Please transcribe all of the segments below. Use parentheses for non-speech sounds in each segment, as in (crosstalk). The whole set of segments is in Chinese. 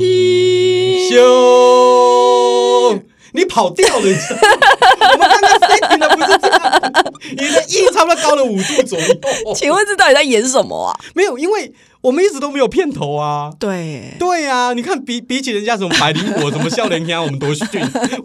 米修，你跑调了，你知道吗 (laughs) 我们刚刚 setting 的不是这样，你的音差不多高了五度左右。 (laughs) 请问这到底在演什么啊？ (laughs) 没有，因为我们一直都没有片头啊。对，对呀、你看比比起人家什么百灵果、什么笑脸天，我们多逊，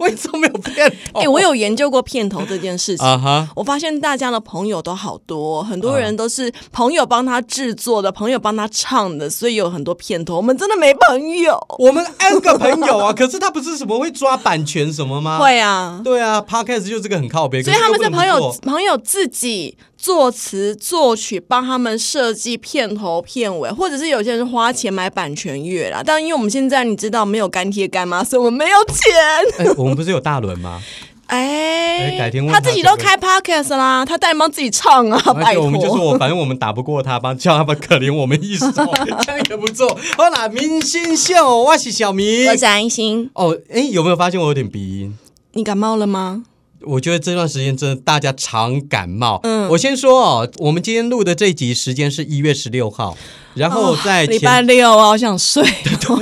为什么没有片头？哎、我有研究过片头这件事情。哦啊哈，我发现大家的朋友都好多，很多人都是朋友帮他制作的，朋友帮他唱的，所以有很多片头。我们真的没朋友，我们安个朋友啊，可 (laughs) 是他不是什么会抓版权什么吗？。会啊，对啊，Podcast 就这个很靠背，所以他们可又是不朋能友做 (laughs) 朋友自己作词作曲，帮他们设计片头片尾，或者是有些人是花钱买版权乐啦。但因为我们现在你知道没有干爹干妈，所以我们没有钱。哎、我们不是有大轮吗？哎，哎改天问他他自己都这个开 podcast 啦，他带帮自己唱啊， (laughs) 而拜且托。我们就说我，反正我们打不过他，帮叫他们可怜我们一手，这样也不错。好啦，明星秀，我是小明我。是安心，哦，哎、有没有发现我有点鼻音？你感冒了吗？我觉得这段时间真的大家常感冒。嗯，我先说哦，我们今天录的这集时间是一月十六号，然后在礼前、拜六啊，我 (laughs) 想睡哦，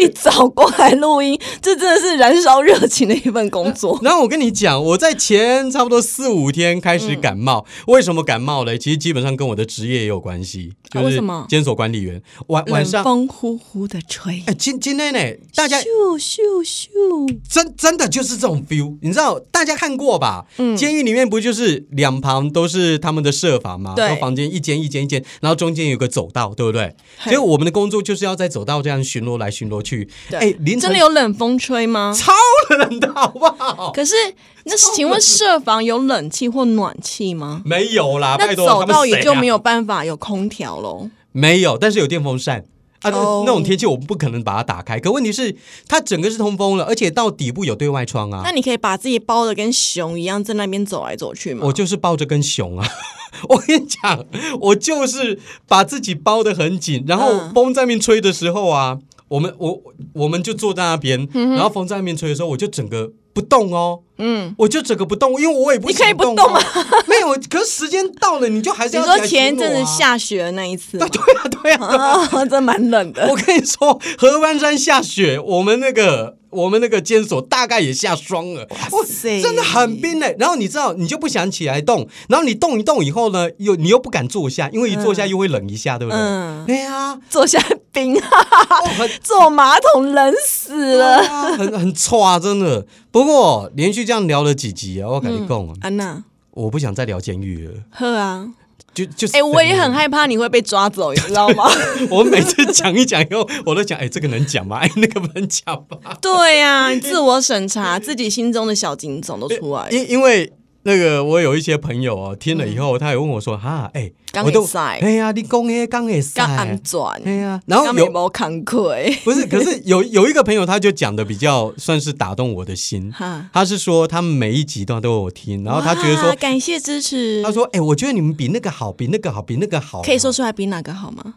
一早过来录音，这真的是燃烧热情的一份工作。然后我跟你讲，我在前差不多四五天开始感冒。嗯为什么感冒嘞？其实基本上跟我的职业也有关系，啊就为是什么监所管理员。晚 (laughs) 晚上冷，风呼呼的吹，哎，今今天呢，大家咻咻咻，真真的就是这种 feel，你知道大家看过吧？嗯监狱里面不就是两旁都是他们的设防吗？对然后房间一间一间一间，然后中间有个走道，对不对？所嘿以我们的工作就是要在走道这样巡逻来巡逻去。对哎，凌晨真的有冷风吹吗？超冷的好不好？可是，那请问设防有冷气或暖气吗？没有啦，那拜托，走他道们谁啊也就没有办法有空调喽。没有，但是有电风扇。啊，那哦那种天气我们不可能把它打开。可问题是，它整个是通风了，而且到底部有对外窗啊那。你可以把自己包的跟熊一样，在那边走来走去吗？我就是抱着根熊啊！ (laughs) 我跟你讲，我就是把自己包得很紧，然后嗯风在面吹的时候啊，我们我我们就坐在那边，嗯然后风在面吹的时候，我就整个不动哦，嗯，我就整个不动，因为我也不你可以想不动哦动啊， (laughs) 没有，可是时间到了，你就还是你要说起来前一巡逻阵子啊，下雪的那一次吗对 (laughs) (laughs) 对啊对啊，啊，真蛮冷的。我跟你说，合欢山下雪，我们那个我们那个监所大概也下霜了，哇塞真的很冰嘞、然后你知道，你就不想起来动，然后你动一动以后呢，又你又不敢坐下，因为一坐下又会冷一下，对不对？嗯对呀、坐下来冰哈，哦 (laughs) 很坐马桶冷死对了。啊，很很臭啊，真的。不过连续这样聊了几集啊，我跟你讲，安娜，我不想再聊监狱了，喝啊！就就是。哎、我也很害怕你会被抓走，你知道吗？ (laughs) 我每次讲一讲以后，我都讲，哎、这个能讲吗？ (laughs) 哎、那个不能讲吧？对呀、你自我审查，自己心中的小警种都出 (laughs) 来了。因因为那个我有一些朋友哦，听了以后，他也问我说：“哈，哎、嗯刚我都会赛哎呀，你讲诶，刚也刚安塞，转，哎呀，然后刚没有毛扛亏，不 (laughs) 是，可是有有一个朋友他就讲的比较算是打动我的心，哈，他是说他们每一集都都有听，然后他觉得哇说，感谢支持，他说，哦哎、我觉得你们比那个好，比那个好，比那个好，可以说出来比哪个好吗？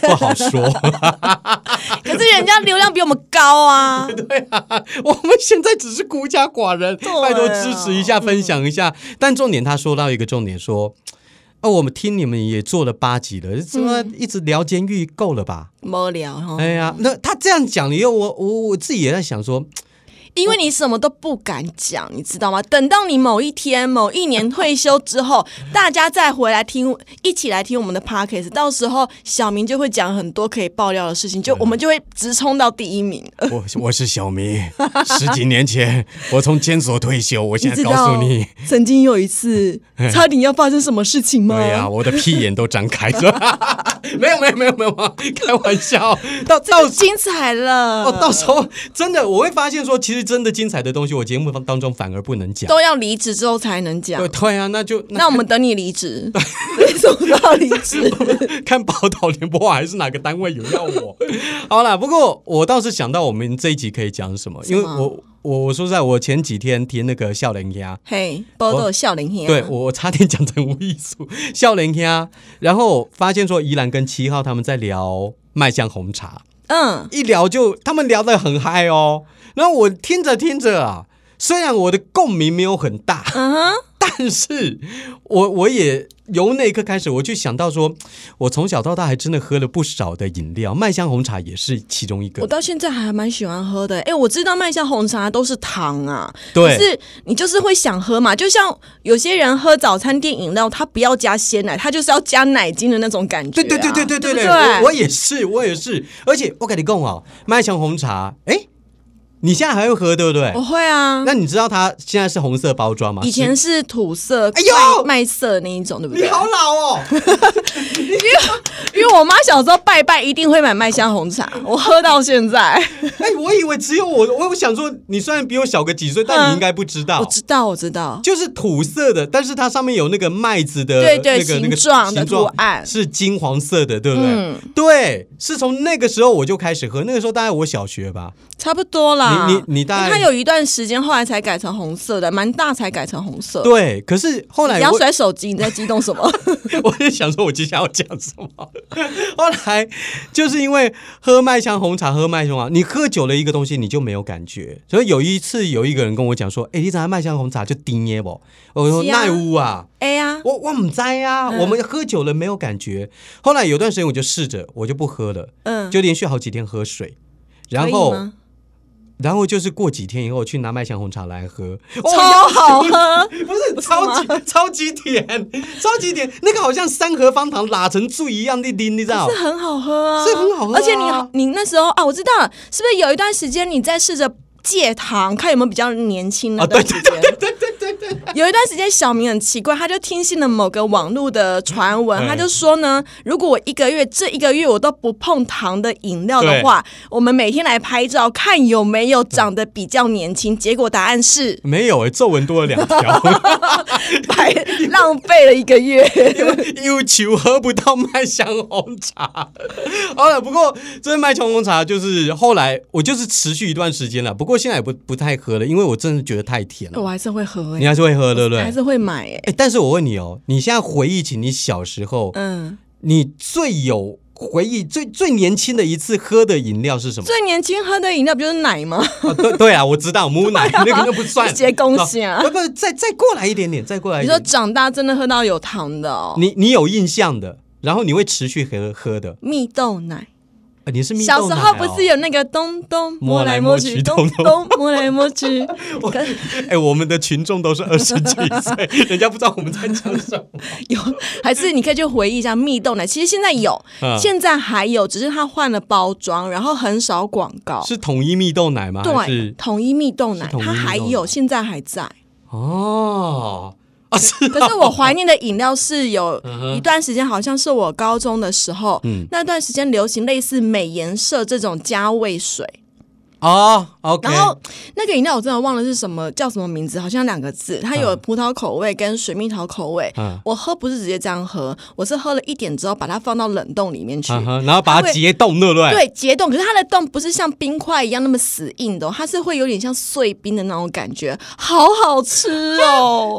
不好 (laughs) 说。 (laughs) 可是人家流量比我们高 (laughs) 啊，我们现在只是孤家寡人，啊拜托支持一下，分享一下。但重点，他说到一个重点说。哦，我们听你们也做了八集了，怎么嗯一直聊监狱够了吧？无聊哈。哎呀，那他这样讲以后，我我我自己也在想说，因为你什么都不敢讲，你知道吗？等到你某一天、某一年退休 (laughs) 之后，大家再回来听，一起来听我们的 podcast，到时候小明就会讲很多可以爆料的事情，就嗯我们就会直冲到第 (laughs) 一名。我我是小明，十几年前我从监所退休，我你现知在告道诉你， (laughs) 曾经有 (laughs) 一次差点要发生什么事情吗？对呀、我的屁眼都张开了， (laughs) 没有没有没有没有，开玩笑，到到哦，精彩了，哦，到时候真的我会发现说，其实真的精彩的东西，我节目当中反而不能讲。都要离职之后才能讲对。对啊，那就那那我们等你离职， (laughs) 为什么要离 (laughs) 职？看宝岛联播网还是哪个单位有要我。好啦，不过我倒是想到我们这一集可以讲什么，因为什么我我我说实在，我前几天听那个笑脸鸭，嘿，波豆笑脸兄，啊对我我差点讲成无艺术笑脸鸭，然后发现说宜兰跟七号他们在聊麦香红茶，嗯，一聊就他们聊得很嗨哦，然后我听着听着啊，虽然我的共鸣没有很大， (laughs) 嗯哼，但是我我也由那一刻开始，我就想到说，我从小到大还真的喝了不少的饮料，麦香红茶也是其中一我个。到现在还蛮喜欢喝的、哎、我知道麦香红茶都是糖啊，可对，是你就是会想喝嘛，就像有些人喝早餐店饮料，他不要加鲜奶，他就是要加奶精的那种感觉、对对啊。对对对对对不我我也是，我也是，而且我跟你讲哦，麦香红茶，哎，你现在还会喝对不对？我会啊。那你知道它现在是红色包装吗？以前是土色，哎呦麦麦色那一种，对不是你对？好老哦， (laughs) 因为我妈小时候拜拜一定会买麦香红 (laughs) 茶，我喝到现在。哎，我以为只有我，我我想说，你虽然比我小个几岁，但你嗯应该不知道我。知道，我知道，就是土色的，但是它上面有那个麦子的对对那个那个形状的形状图案是金黄色的，对不对？嗯对，是从那个时候我就开始喝，那个时候大概我小学吧。差不多啦。你你你大概它有一段时间后来才改成红色的，蛮大才改成红色。对，可是后来呃你要我甩手机，你在激动什 (laughs) 么？我就想说，我接下来要讲什么？后来就是因为喝麦香红茶，喝麦香红茶，你喝久了一个东西，你就没有感觉。所以有一次有一个人跟我讲说：“哎、你咋麦香红茶就低耶不？”我说：“是啊奈屋啊。”哎呀，我我唔知啊，嗯我们喝酒了没有感觉。后来有段时间我就试着，我就不喝了，嗯，就连续好几天喝水，然可以后吗然后就是过几天以后去拿麦香红茶来喝，超好喝。 (laughs) 不是超级超级甜，超级甜，那个好像三合方糖拉成醉一样的拎，你知道是？很好喝啊，是很好喝啊而且你好，你那时候啊，我知道了，是不是有一段时间你在试着戒糖，看有没有比较年轻的啊对时间？对对对对有一段时间，小明很奇怪，他就听信了某个网络的传闻，嗯他就说呢，如果我一个月这一个月我都不碰糖的饮料的话，我们每天来拍照看有没有长得比较年轻。结果答案是没有哎、皱纹多了两条， (laughs) 白浪费了一个月。因为要求喝不到麦香红茶。好了，不过这麦香红茶就是后来我就是持续一段时间了，不过现在也不不太喝了，因为我真的觉得太甜了。我还是会喝哎、你还是会喝，欸对不对？还是会买哎、哎、但是我问你哦，你现在回忆起你小时候，嗯。你最有回忆、最最年轻的一次喝的饮料是什么？最年轻喝的饮料不就是 (laughs) 奶吗？啊对对啊，我知道母奶、啊那个那不算。直接恭喜啊！不不，再再过来一点点，再过来一你说点长大真的喝到有糖的哦，你你有印象的，然后你会持续喝喝的，蜜豆奶。啊你是蜜豆奶小哦时候不是有那个东东摸来来摸去去，东东东摸来摸去。 (laughs) 可 (laughs) 哎、我们的群众都是二十几 (laughs) 岁，人家不知道我们在讲什么。有还是你可以去回忆一下蜜豆奶，其实现在有，嗯现在还有，只是它换了包装，然后很少广告。是统一蜜豆奶吗？还哦对，是统一蜜豆奶是统一它蜜豆奶还有，现在还 (laughs) 在。哦啊是啊可是我怀念的饮料是有嗯哼一段时间，好像是我高中的时候，嗯那段时间流行类似美颜社这种加味水。哦，OK。然后那个饮料我真的忘了是什么叫什么名字，好像两个字，它有葡萄口味跟水蜜桃口味。嗯我喝不是直接这样喝，我是喝了一点之后把它放到冷冻里面去。啊哈，然后把它结冻，对不对？。对，结冻，可是它的冻不是像冰块一样那么死硬的哦、它是会有点像碎冰的那种感觉，好好吃 哦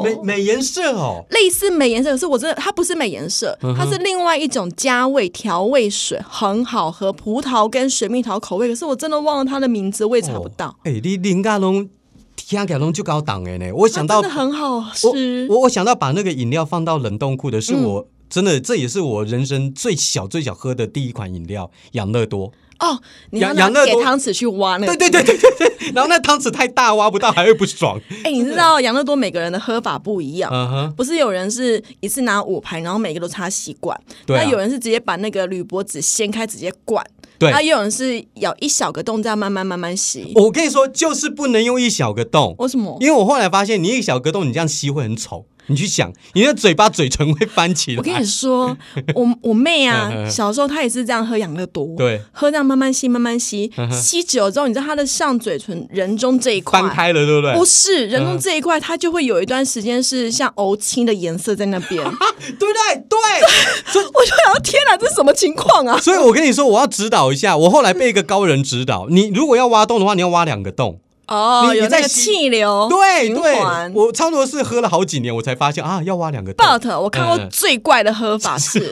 (laughs) 美美颜色哦，类似美颜色，可是我真的它不是美颜色，嗯它是另外一种加味调味水，很好喝，葡萄跟水蜜桃口味。可是我真的忘了它的名字，我也查不到。哎、你林家龙听起来龙就高档的呢。我它想到啊真的很好我吃，我我想到把那个饮料放到冷冻库的是嗯我。真的，这也是我人生最小最小喝的第一款饮料——养乐多。哦，你要养养拿乐铁多汤匙去挖那个。对对对对对对， (laughs) 然后那汤匙太大，挖不到还会不爽。哎、你知道养乐多每个人的喝法不一样。嗯哼，不是有人是一次拿五盘，然后每个都插吸管。对啊那有人是直接把那个铝箔纸掀开，直接灌。对哦那也有人是咬一小个洞，这样慢慢慢慢吸。我跟你说，就是不能用一小个洞，为 (laughs) 什么？因为我后来发现，你一小个洞，你这样吸会很丑。你去想，你的嘴巴、嘴唇会翻起来。我跟你说， (laughs) 我我妹啊嗯嗯啊，嗯小时候她也是这样喝养乐多，对，喝这样慢慢吸，慢慢吸嗯，哼吸久了之后，你知道她的上嘴唇人中这一块翻开了，对不对？嗯不是人中这一块，它就会有一段时间是像欧青的颜色在那边。我对不对？对，所以就想说，天哪，这什么情况 (laughs) 啊？所以，我跟你说，我要指导一下。我后来被一个高人指导，你如果要挖洞的话，你要挖两个洞。哦，你有那在个吸气流对哦循对环，。我差不多是喝了好几年，我才发现啊，要挖两个洞。 But 我看过嗯 (laughs) 最怪的喝法是，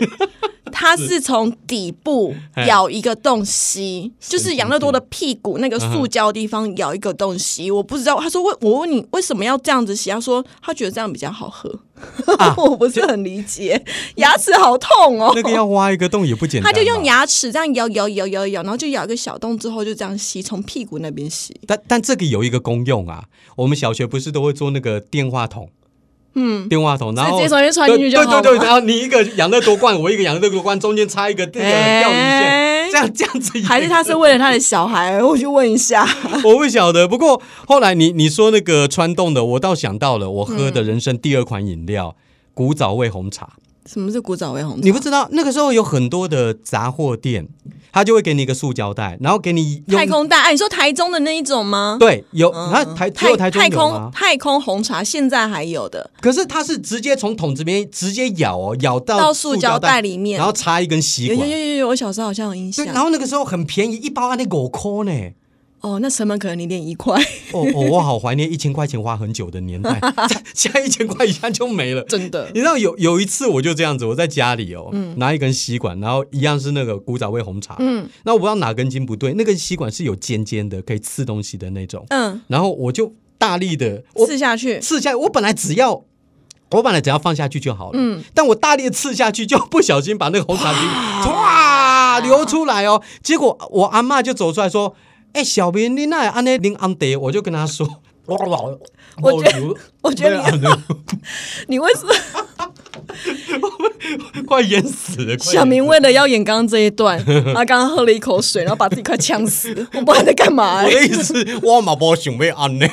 它是从底部嘿咬一个洞吸，就神是嗯经养乐多的屁股那个塑胶地方咬一个洞吸。我不知道，他说为我问你为什么要这样子吸，他说他觉得这样比较好喝， (laughs) 我不是很理解，牙齿好痛哦。那个要挖一个洞也不简单他吧。就用牙齿这样咬咬咬咬咬，然后就咬一个小洞之后就这样吸，从屁股那边吸。但但这个有一个功用啊，我们小学不是都会做那个电话筒，嗯，电话筒，然后直接从那边穿进去就好对对对了对，然后你一个养乐多罐，我一个养乐多罐，中间插一个这个哎钓鱼线，这样这样 (laughs) 子也还是他是为了他的小孩，我去问一下。 (laughs) 我不晓得。不过后来你你说那个川洞的，我倒想到了，我喝的人生第二款饮料。古早味红茶，什么是古早味红你茶？不知道那个时候有很多的杂货店，他就会给你一个塑胶袋，然后给你用太空蛋？哎，你说台中的那一种吗？对有，嗯，那、台只有台中太有空吗？太空红茶现在还有的，可是它是直接从桶子边直接咬哦，咬到到塑塑胶袋袋里面然后插一根吸有有管。有有有，我小时候好像有印对，象然。后那个时候很便宜，一包按那五块呢。哦，那成本可能零点一 (laughs) 块，哦哦，我好怀念一千块钱花很久的年 (laughs) 代，现在一千块一下就没了。真的你知道有有一次我就这样子，我在家里哦，嗯拿一根吸管，然后一样是那个古早味红茶，嗯，那我不知道哪根筋不对，那根吸管是有尖尖的，可以刺东西的那种，嗯，然后我就大力的，我吃 (laughs) 下去刺下去，我本来只要。我本来只要放下去就好了，嗯但我大力地刺下去，就不小心把那个红 (gasps) 茶精哇流出来哦。结果我阿嬷就走出来说：“哎、小明，你那安那淋安德？”我就跟她说：“我老，我觉流我觉 (laughs) 得对啊你为什么？流快淹死了。快淹死了”小明为了要演刚刚这 (laughs) 一段，他刚刚喝了一口水，然后把自己快呛死，我不知道你在干嘛、我欸。的意思是，我马波想被安呢，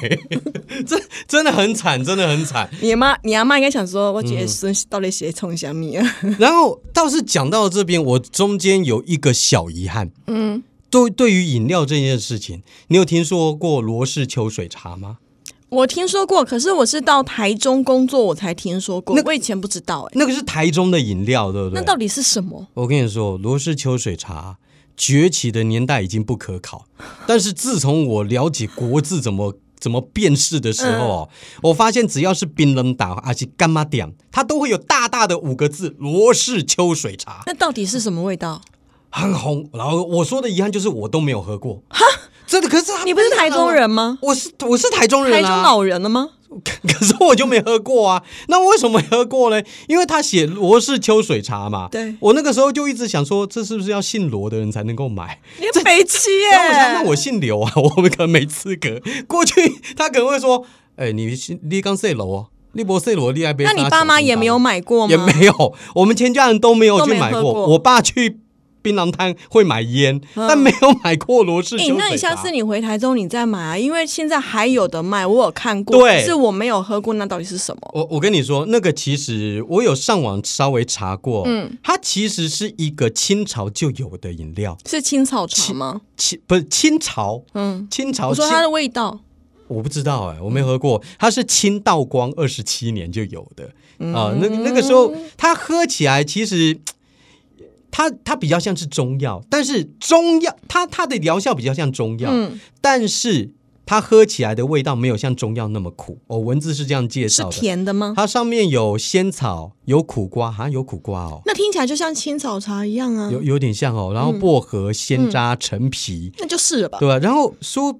(laughs) 真真的很惨，真的很惨。你妈，你阿妈应该想说，我嗯姐孙到底谁冲小米啊？然后倒是讲到这边，我中间有一个小遗憾，嗯，对，对于饮料这件事情，你有听说过罗氏秋水茶吗？我听说过，可是我是到台中工作我才听说过那，我以前不知道哎、那个是台中的饮料，对不对？那到底是什么？我跟你说，罗氏秋水茶崛起的年代已经不可考，但是自从我了解国字怎么。怎么辨识的时候哦，嗯我发现只要是槟榔打还是干妈点，它都会有大大的五个字“罗氏秋水茶那到底是什么味道？”，很红。然后我说的遗憾就是我都没有喝过，哈，真的。可是它啊你不是非常台中人吗？啊我是我是台中人、啊，台中老人了吗？ (laughs) 可是我就没喝过 (laughs) 啊。那为什么没喝过呢？因为他写罗氏秋水茶嘛。对我那个时候就一直想说，这是不是要姓罗的人才能够买？你很北七耶、然后我想，那我姓刘啊， (laughs) 我们可能没资格。过去他可能会说，哎、你姓你刚姓罗哦，你不姓罗，你还别。那你爸妈也没有。买过吗？也没有，我们全家人都没有都去没买喝过。过我爸去槟榔摊会买烟，但没有买过罗氏哎、秋水茶。那你下次你回台中你再买啊，因为现在还有的卖，我有看过，对可是我没有喝过，那到底是什么？我我跟你说，那个其实我有上网稍微查过，嗯，它其实是一个清朝就有的饮料，是青草茶吗？清不是清朝，嗯，清朝我清说它的味道，我不知道哎、我没喝过，它是清道光二十七年就有的嗯啊、那个那个时候它喝起来其实。它它比较像是中药，但是中药它它的疗效比较像中药，嗯，但是它喝起来的味道没有像中药那么苦。哦，文字是这样介是绍的，甜的吗？它上面有仙草，有苦瓜，好像有苦瓜哦，那听起来就像青草茶一样啊，有有点像哦。然后薄荷、鲜渣、陈皮，那就是了吧？对吧？然后说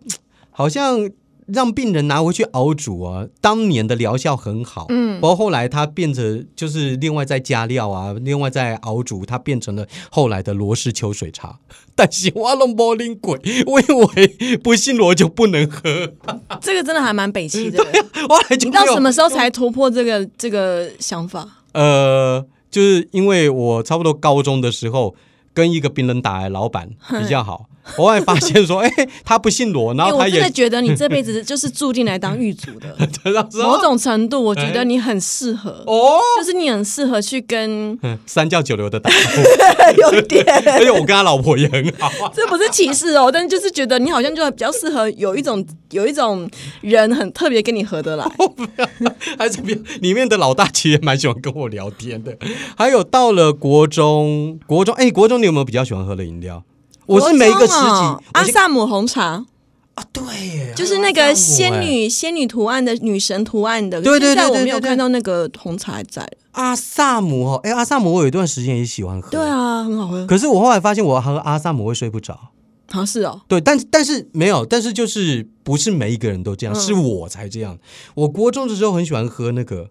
好像让病人拿回去熬煮啊，当年的疗效很好，嗯，包括后来它变成就是另外再加料啊，另外再熬煮，它变成了后来的罗氏秋水茶。 (laughs) 但是我弄不灵鬼，我以为不姓罗就不能喝， (laughs) 这个真的还蛮北气的。后来就没你到有什么时候才突破这个这个想法？呃，就是因为我差不多高中的时候跟一个槟榔打的老 (laughs) 板比较好，我后来发现说，哎、 (laughs) 他不姓罗，然因为后他哎我真的也觉得你这辈子就是注定来当狱卒的， (laughs) 然后说某种程度，我觉得你很适合，哦，就是你很适合去 (laughs) 跟，嗯三教九流的打 (laughs) 呼，有点，而且我跟他老婆也很好啊。 (laughs) 这不是歧视哦，但就是觉得你好像就比较适合有一种有一种人很特别跟你合得来，还是比里面的老大其实也蛮喜欢跟我聊天的。还有到了国中， (laughs) 国中哎、国中你有没有比较喜欢喝的饮料？我是每一个时国中哦期，阿我是萨姆红茶，啊，对耶，就是阿那拉个伯仙耶女仙女图案的女神图案的，对对现在对我对没有对对看到那个红茶还在。阿萨姆哦，哎，阿萨姆我有一段时间也喜欢喝，对啊，很好喝。可是我后来发现，我喝阿萨姆会睡不着。好像是哦，对，但但是没有，但是就是不是每一个人都这样，嗯是我才这样。我国中的时候很喜欢喝那个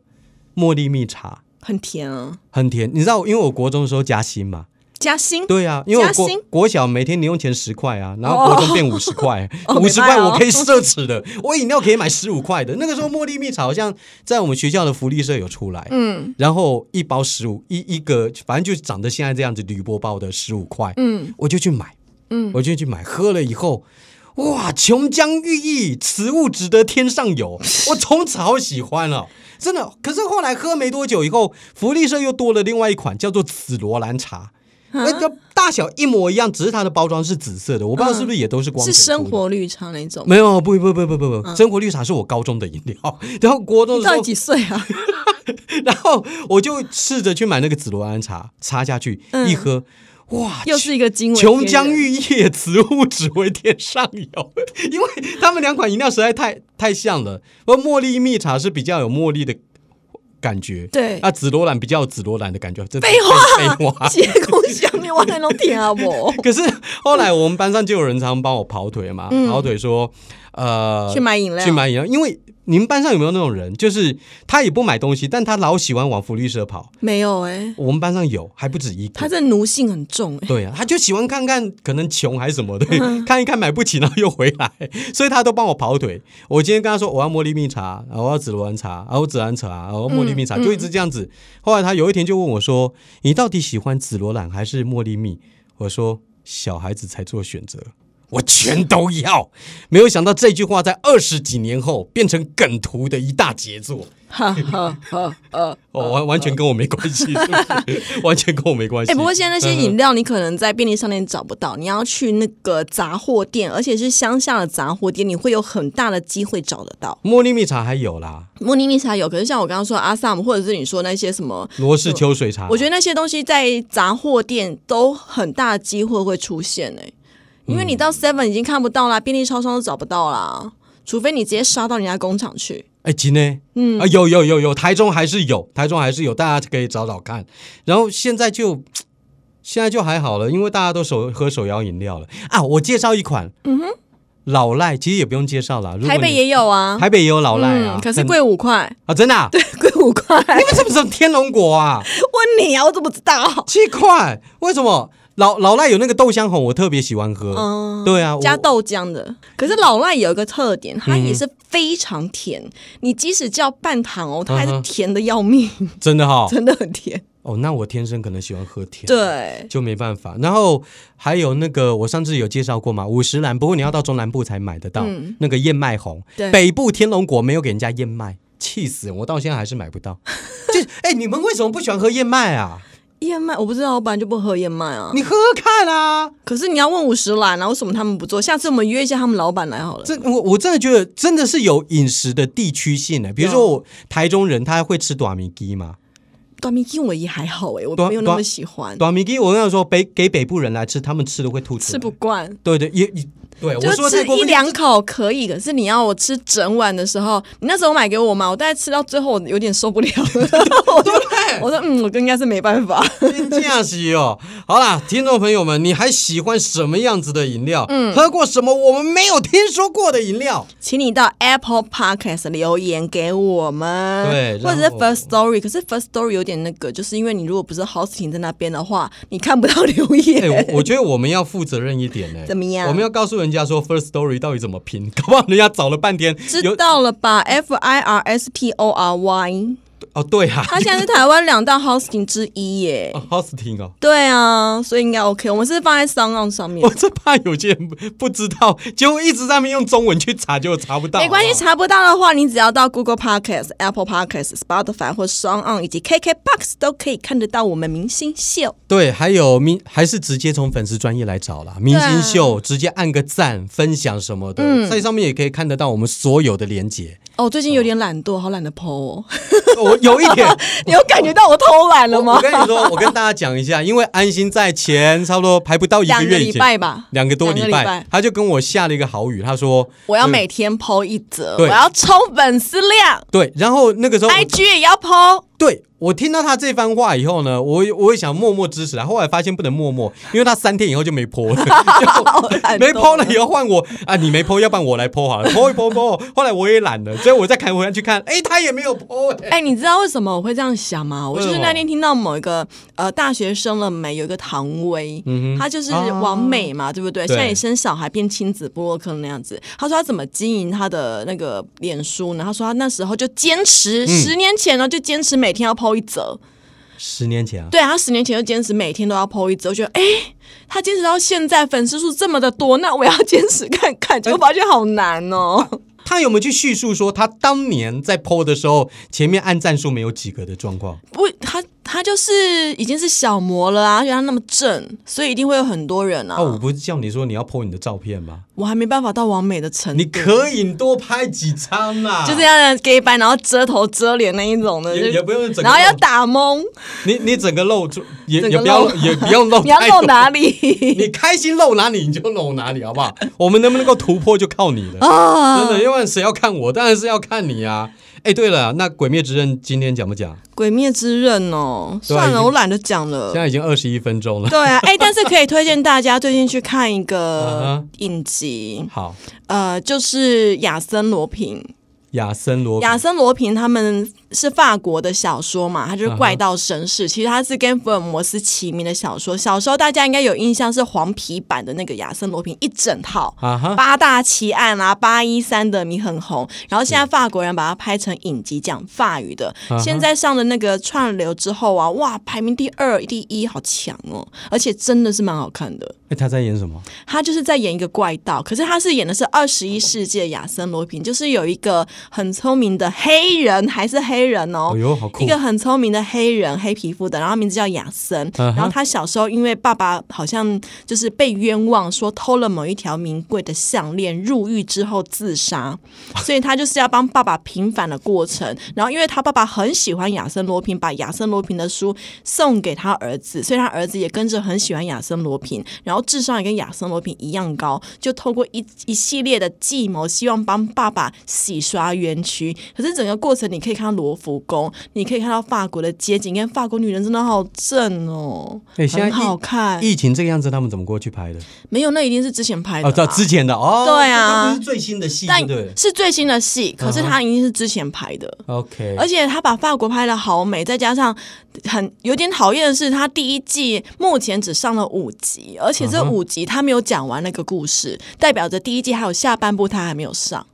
茉莉蜜茶，很甜啊。很甜。你知道，因为我国中的时候加薪嘛，嘉兴对啊，因为我加国薪国小每天零用钱十块啊，然后哦国中变五十块， (laughs) 哦五十明白块哦我可以奢侈的， (laughs) 我饮料可以买十五块的。那个时候茉莉蜜茶好像在我们学校的福利社有出来，嗯然后一包十五一一个，反正就长得现在这样子铝箔包的十五块，嗯我就去买，嗯，我就去买，喝了以后，哇，琼浆玉液，此物值得天上 (laughs) 有，我从此好喜欢了、真的。可是后来喝没多久以后，福利社又多了另外一款叫做紫罗兰茶，啊那个大小一模一样，只是它的包装是紫色的，我不知道是不是也都是光是水生出的。活啊绿茶那种。没有，不不不不不不，生活绿茶是我高中的饮料，然后国中你的时到底候几岁啊？ (laughs) 然后我就试着去买那个紫罗兰茶，插下去、嗯一喝，哇！又是一个惊为天琼人浆玉液，此物只为天上有。 (laughs) 因为他们两款饮料实在太太像了，而茉莉蜜茶是比较有茉莉的感觉，对啊，紫罗兰比较有紫罗兰的感觉。这废话，废 (laughs) 话。结果想你我那种甜啊 (laughs) 我可是后来我们班上就有人常帮我跑腿嘛，嗯跑腿说，呃，去买饮料去，买饮料，因为你们班上有没有那种人，就是他也不买东西，但他老喜欢往福利社跑。没有哎，我们班上有，还不止一他个。这奴性很重哎。对啊，他就喜欢看看，可能穷还是什么的，嗯看一看买不起，然后又回来，所以他都帮我跑腿。我今天跟他说我要茉莉蜜茶，啊我要紫罗兰茶，啊我紫兰茶，啊我要茉莉蜜茶，嗯就一直这样子。后来他有一天就问我说：“你到底喜欢紫罗兰还是茉莉蜜？”我说：“小孩子才做选择，我全都要。”没有想到这句话在二十几年后变成梗图的一大杰作。 (laughs) 哈哈哈哈！哦，完完全跟我没关系，是不 (laughs) 是完全跟我没关系。哎，不过现在那些嗯饮料你可能在便利商店找不到，你要去那个杂货店，而且是乡下的杂货店，你会有很大的机会找得到。茉莉蜜茶还有啦，莫妮蜜茶有，可是像我刚刚说的阿萨姆，或者是你说那些什么罗氏秋水茶，我觉得那些东西在杂货店都很大机会会出现哎、因为你嗯到 Seven 已经看不到啦，便利超商都找不到啦，除非你直接杀到人家工厂去。哎，吉呢？嗯啊，有有有有，台中还是有，台中还是有，大家可以找找看。然后现在就现在就还好了，因为大家都手喝手摇饮料了啊。我介绍一款，嗯哼，老赖其实也不用介绍了，如果台你北也有啊，台北也有老赖啊，嗯，可是很贵五 (laughs) 块，啊，真的、啊，贵五块。你们怎么怎么天龙果 (laughs) 啊？问你啊，我怎么知道？奇怪，为什么老老赖有那个豆香红，我特别喜欢喝。嗯对啊，我嗯加豆浆的，可是老赖有一个特点，它也是非常甜。你即使叫半糖哦，它还嗯是哼甜的要命，真的哈、哦，真的很甜。那我天生可能喜欢喝甜。。对，就没办法。然后还有那个，我上次有介绍过嘛，五十兰，不过你要到中南部才买得到、嗯那个燕麦红。对北部天龙果没有给人家燕麦，气死人！我到现在还是买不 (laughs) 到。就哎、你们为什么不喜欢喝燕麦啊？燕麦我不知道，我本来就不喝燕麦啊。你喝喝看啊！可是你要问五十兰啊，为什么他们不做？下次我们约一下他们老板来好了。这我我真的觉得真的是有饮食的地区性的，比如说我台中人他会吃短米鸡嘛，短米鸡啊我也还好哎、我短没有那么喜欢，短米鸡我跟你说北给北部人来吃，他们吃的会吐出吃来。不惯。啊对对也也对，我就说吃太过一分两口可以，可是你要我吃整碗的时候，你那时候买给我嘛，我大概吃到最后我有点受不了 (laughs) 了，我就 (laughs) 我说嗯，我应该是没办法。真假是哦！好啦，听众朋友们，你还喜欢什么样子的饮料？嗯，喝过什么我们没有听说过的饮 (laughs) 料？请你到 Apple Podcast 留言给我们，对或者是然后 First Story，可是 First Story 有点那个，就是因为你如果不是 hosting 在那边的话，你看不到留言。哎、我我觉得我们要负责任一点呢、怎么样我们要告诉人家说 First Story 到底怎么拼，搞不好人家找了半天知有道了吧？F I R S T O R Y，哦，对啊，它现在是台湾两大 hosting 之一耶。 (laughs) 哦 hosting 哦。对啊，所以应该 OK。我们是放在 s o n 上面我，这怕有些人不不知道，结果一直在那边用中文去查，结果查不到。啊没关系，好不好查不到的话，你只要到 Google Podcast、Apple Podcast、Spotify 或 s o n On 以及 KKBox 都可以看得到我们明星秀。对，还有明还是直接从粉丝专业来找啦，明嗯星秀、直接按个赞、分享什么的，在上面也可以看得到我们所有的连接。哦，最近有点懒惰，好懒得剖哦。我有一 (laughs) 点，你有感觉到我偷懒了我吗我？跟你说，我跟大家讲一下，因为安心在前差不多还不到一两个月以礼前，拜吧，两个多两个礼礼拜拜，他就跟我下了一个好语，他说我要嗯每天剖一则，对我要冲粉丝量对，然后那个时候我，IG 也要剖。对我听到他这番话以后呢，我也我也想默默支持他，后来发现不能默默，因为他三天以后就没 (laughs) 泼了，好懒没惰泼了以后换我啊，你没泼，要不然我来泼好了，泼一泼泼。后来我也懒了，所以我再看回来去看，哎，他也没有泼、哎 (laughs) 哎、你知道为什么我会这样想吗？我就为是什么那天听到某一个呃大学生了没，有一个唐薇，她就是王美嘛，对不对？嗯啊对现在也生小孩变亲子部落客那样子。她说她怎么经营她的那个脸书呢？她说她那时候就坚嗯持，十年前呢就坚持每天要剖一则。十年前啊，对，她十年前就坚持每天都要剖一则，我觉得哎。她坚持到现在，粉丝数这么的多，那我要坚持看看，结果哎发现好难哦。他有没有去叙述说他当年在泼的时候，前面按赞数没有几个的状况？不，他他就是已经是小模了啊，而且他那么正，所以一定会有很多人啊。哦，我不是叫你说你要泼你的照片吗？我还没办法到完美的程度，你可以你多拍几张啊啦、啊就这样 gay 白，然后遮头遮脸那一种的，就也也不用整个露，哦然后要打蒙，你你整个露出，也整也个不要露也不用 (laughs) 露，你要露？哪里？你开心露哪里你就露哪里，好不 (laughs) 好？我们能不能够突破就靠你了，真啊！的，要不然谁要看我？当然是要看你啊！哎，对了，那《鬼灭之刃》今天讲不讲？鬼灭之刃哦，对啊算已了，经我懒得讲了现。在已经二十一分钟了。对啊，哎，但是可以推荐大家最近去看一 (laughs) 啊个哈影集，好，呃，就是亚森罗平。亚森罗，亚森罗平他们是法国的小说嘛，他就是怪盗绅士。其实他是跟福尔摩斯齐名的小说。小时候大家应该有印象是黄皮版的那个亚森罗平一整套。啊哈，八大奇案啊，八一三的迷很红，然后现在法国人把它拍成影集，讲法语的。哈现在上的那个串流之后啊，哇，排名第二、第一，好强哦！而且真的是蛮好看的。哎，他在演什么？他就是在演一个怪盗，可是他是演的是二十一世纪的亚森罗平，就是有一个很聪明的黑人，还是黑人哦哎。呦，好酷一！个很聪明的黑人，黑皮肤的，然后他名字叫亚森。嗯哼然后他小时候因为爸爸好像就是被冤枉，说偷了某一条名贵的项链，入狱之后自杀，所以他就是要帮爸爸平反的过程。然后因为他爸爸很喜欢亚森罗平，把亚森罗平的书送给他儿子，所以他儿子也跟着很喜欢亚森罗平，然后智商也跟亚森罗平一样高，就透过一一系列的计谋，希望帮爸爸洗刷冤屈。可是整个过程，你可以看到罗浮宫，你可以看到法国的街景，跟法国女人真的好正哦，哎现在很好看。疫情这个样子，他们怎么过去拍的？没有，那一定是之前拍的哦，啦、到之前的哦，对啊这不是最新的戏，对但不对是最新的戏，可是嗯哼它一定是之前拍的。 ？OK，而且他把法国拍的好美，再加上很有点讨厌的是，他第一季目前只上了五集，而且这嗯哼五集他没有讲完那个故事，代表着第一季还有下半部他还没有上，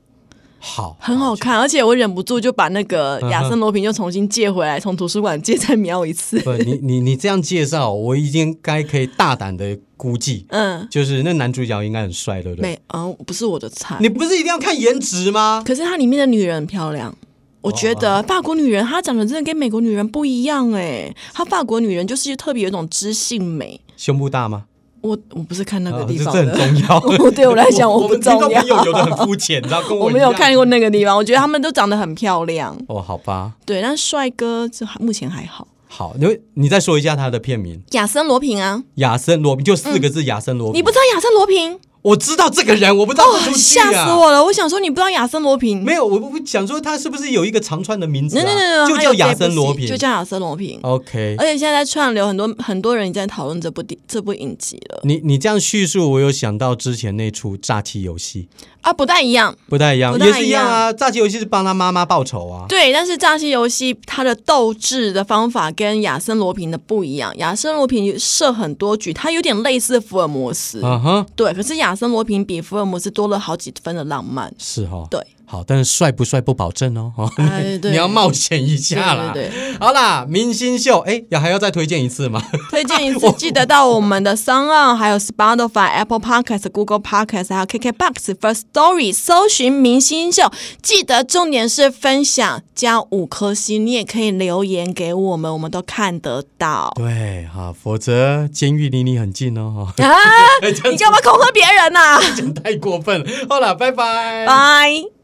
好，很好看。而且我忍不住就把那个嗯哼亚森罗平又重新借回来，从图书馆借再瞄 (laughs) 一次。不，你你你这样介绍，我已经该可以大胆的估计，嗯，就是那男主角应该很帅，对不对？没，嗯，不是我的菜。你不是一定要看颜值吗？可是它里面的女人很漂亮。我觉哦得法国女人她长得真的跟美国女人不一样哎、她法国女人就是特别有一种知性美。胸部大吗？我我不是看那个啊地这方这的，很重要我。 (laughs) 对我来讲我我不们听众重要朋友有的很肤浅，你知道，跟我一没有样看过那个地方，我觉得他们都长得很漂亮。哦，好吧，对，但是帅哥就还目前还好。好，你你再说一下他的片名《亚森罗平啊，亚森罗宾》，就四个字，亚森罗宾。嗯你不知道亚森罗平？我知道这个人，我不知道这哦部剧吓啊死！我了！我想说你不知道亚森罗平，没有，啊我我想说他是不是有一个长串的名字啊 no, no, no, no，就还叫有亚这部森罗哦戏宾就。叫亚呃森罗平。 OK，而且现在在串流很多很多人已经在讨论这部电这部影集了你你这样叙述，我有想到之前那出《诈欺游戏啊，不太一样。》，不太一样，不太也是一一样样啊。《诈欺游戏》是帮他妈妈报仇啊。对，但是诈欺游戏它的斗智的方法跟亚森罗平的不一样。亚森罗平设很多局，它有点类似福尔摩斯，啊哈，对。可是亚森罗平比福尔摩斯多了好几分的浪漫。是哈、哦。对， (laughs) 好，但是帅不帅不保证哦。哦哎 (laughs) 对你要冒险一下啦。对 (laughs) 对对，好啦，明星秀，哎，要还要再推荐一次吗？ (laughs) 推荐一次，记得到我们的 s o n On，还有 Spotify、Apple Podcast、Google Podcast，还有 KKBox、First Story 搜寻明星秀。记得重点是分享加五颗星，你也可以留言给我们，我们都看得 (laughs) 到。对哈、否则监狱离你很近 (laughs) 哦。啊！哈，这样 (laughs) 你干嘛恐吓别人呐、啊？讲太过分了。好啦，拜拜。拜。